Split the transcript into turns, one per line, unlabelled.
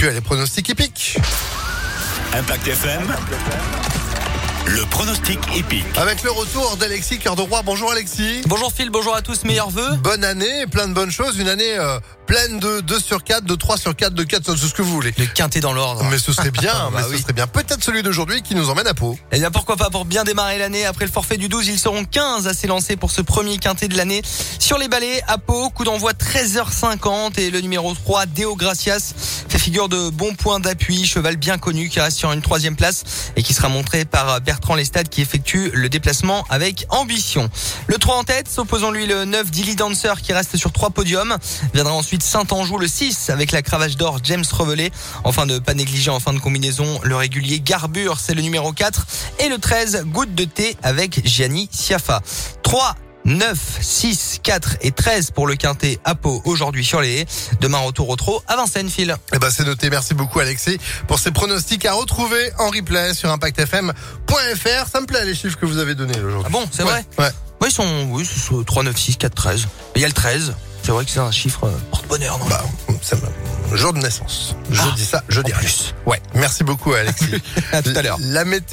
Puis à les pronostics hippiques.
Impact FM, le pronostic épique.
Avec le retour d'Alexis Cœur de Roi. Bonjour Alexis.
Bonjour Phil, bonjour à tous, meilleurs vœux.
Bonne année, plein de bonnes choses. Une année euh, pleine de 2 sur 4, de 3 sur 4, de 4 sur ce que vous voulez.
Le quintet dans l'ordre.
Mais ce serait bien,
Bah
mais
oui.
ce serait bien. Peut-être celui d'aujourd'hui qui nous emmène à Pau.
Et Eh bien pourquoi pas pour bien démarrer l'année. Après le forfait du 12, ils seront 15 à s'élancer pour ce premier quintet de l'année. Sur les balais, à Pau, coup d'envoi 13h50 et le numéro 3, Deo Gracias, fait figure de bon point d'appui, cheval bien connu qui reste sur une troisième place et qui sera montré par Bertrand Lestade qui effectue le déplacement avec ambition. Le 3 en tête, s'opposant lui le 9, Dilly Dancer qui reste sur trois podiums. Viendra ensuite Saint-Anjou le 6 avec la cravache d'or James Revelé. Enfin de pas négliger en fin de combinaison le régulier Garbure, c'est le numéro 4 et le 13 Goutte de thé avec Gianni Siafa. 3 9, 6, 4 et 13 pour le quintet à Pau aujourd'hui sur les haies. Demain retour au trot à Vincennes, Phil.
Eh ben, c'est noté. Merci beaucoup, Alexis, pour ces pronostics à retrouver en replay sur impactfm.fr. Ça me plaît, les chiffres que vous avez donnés aujourd'hui.
Ah bon, c'est
Ouais,
vrai
Ouais.
Oui, ils sont oui, ce sont 3, 9, 6, 4, 13. Il y a le 13. C'est vrai que c'est un chiffre euh, porte-bonheur. non
Bah, ça me- Jour de naissance. Je
Ah,
dis ça, je dis rien.
plus. Ouais.
Merci beaucoup, Alexis.
À tout à l'heure.
La météo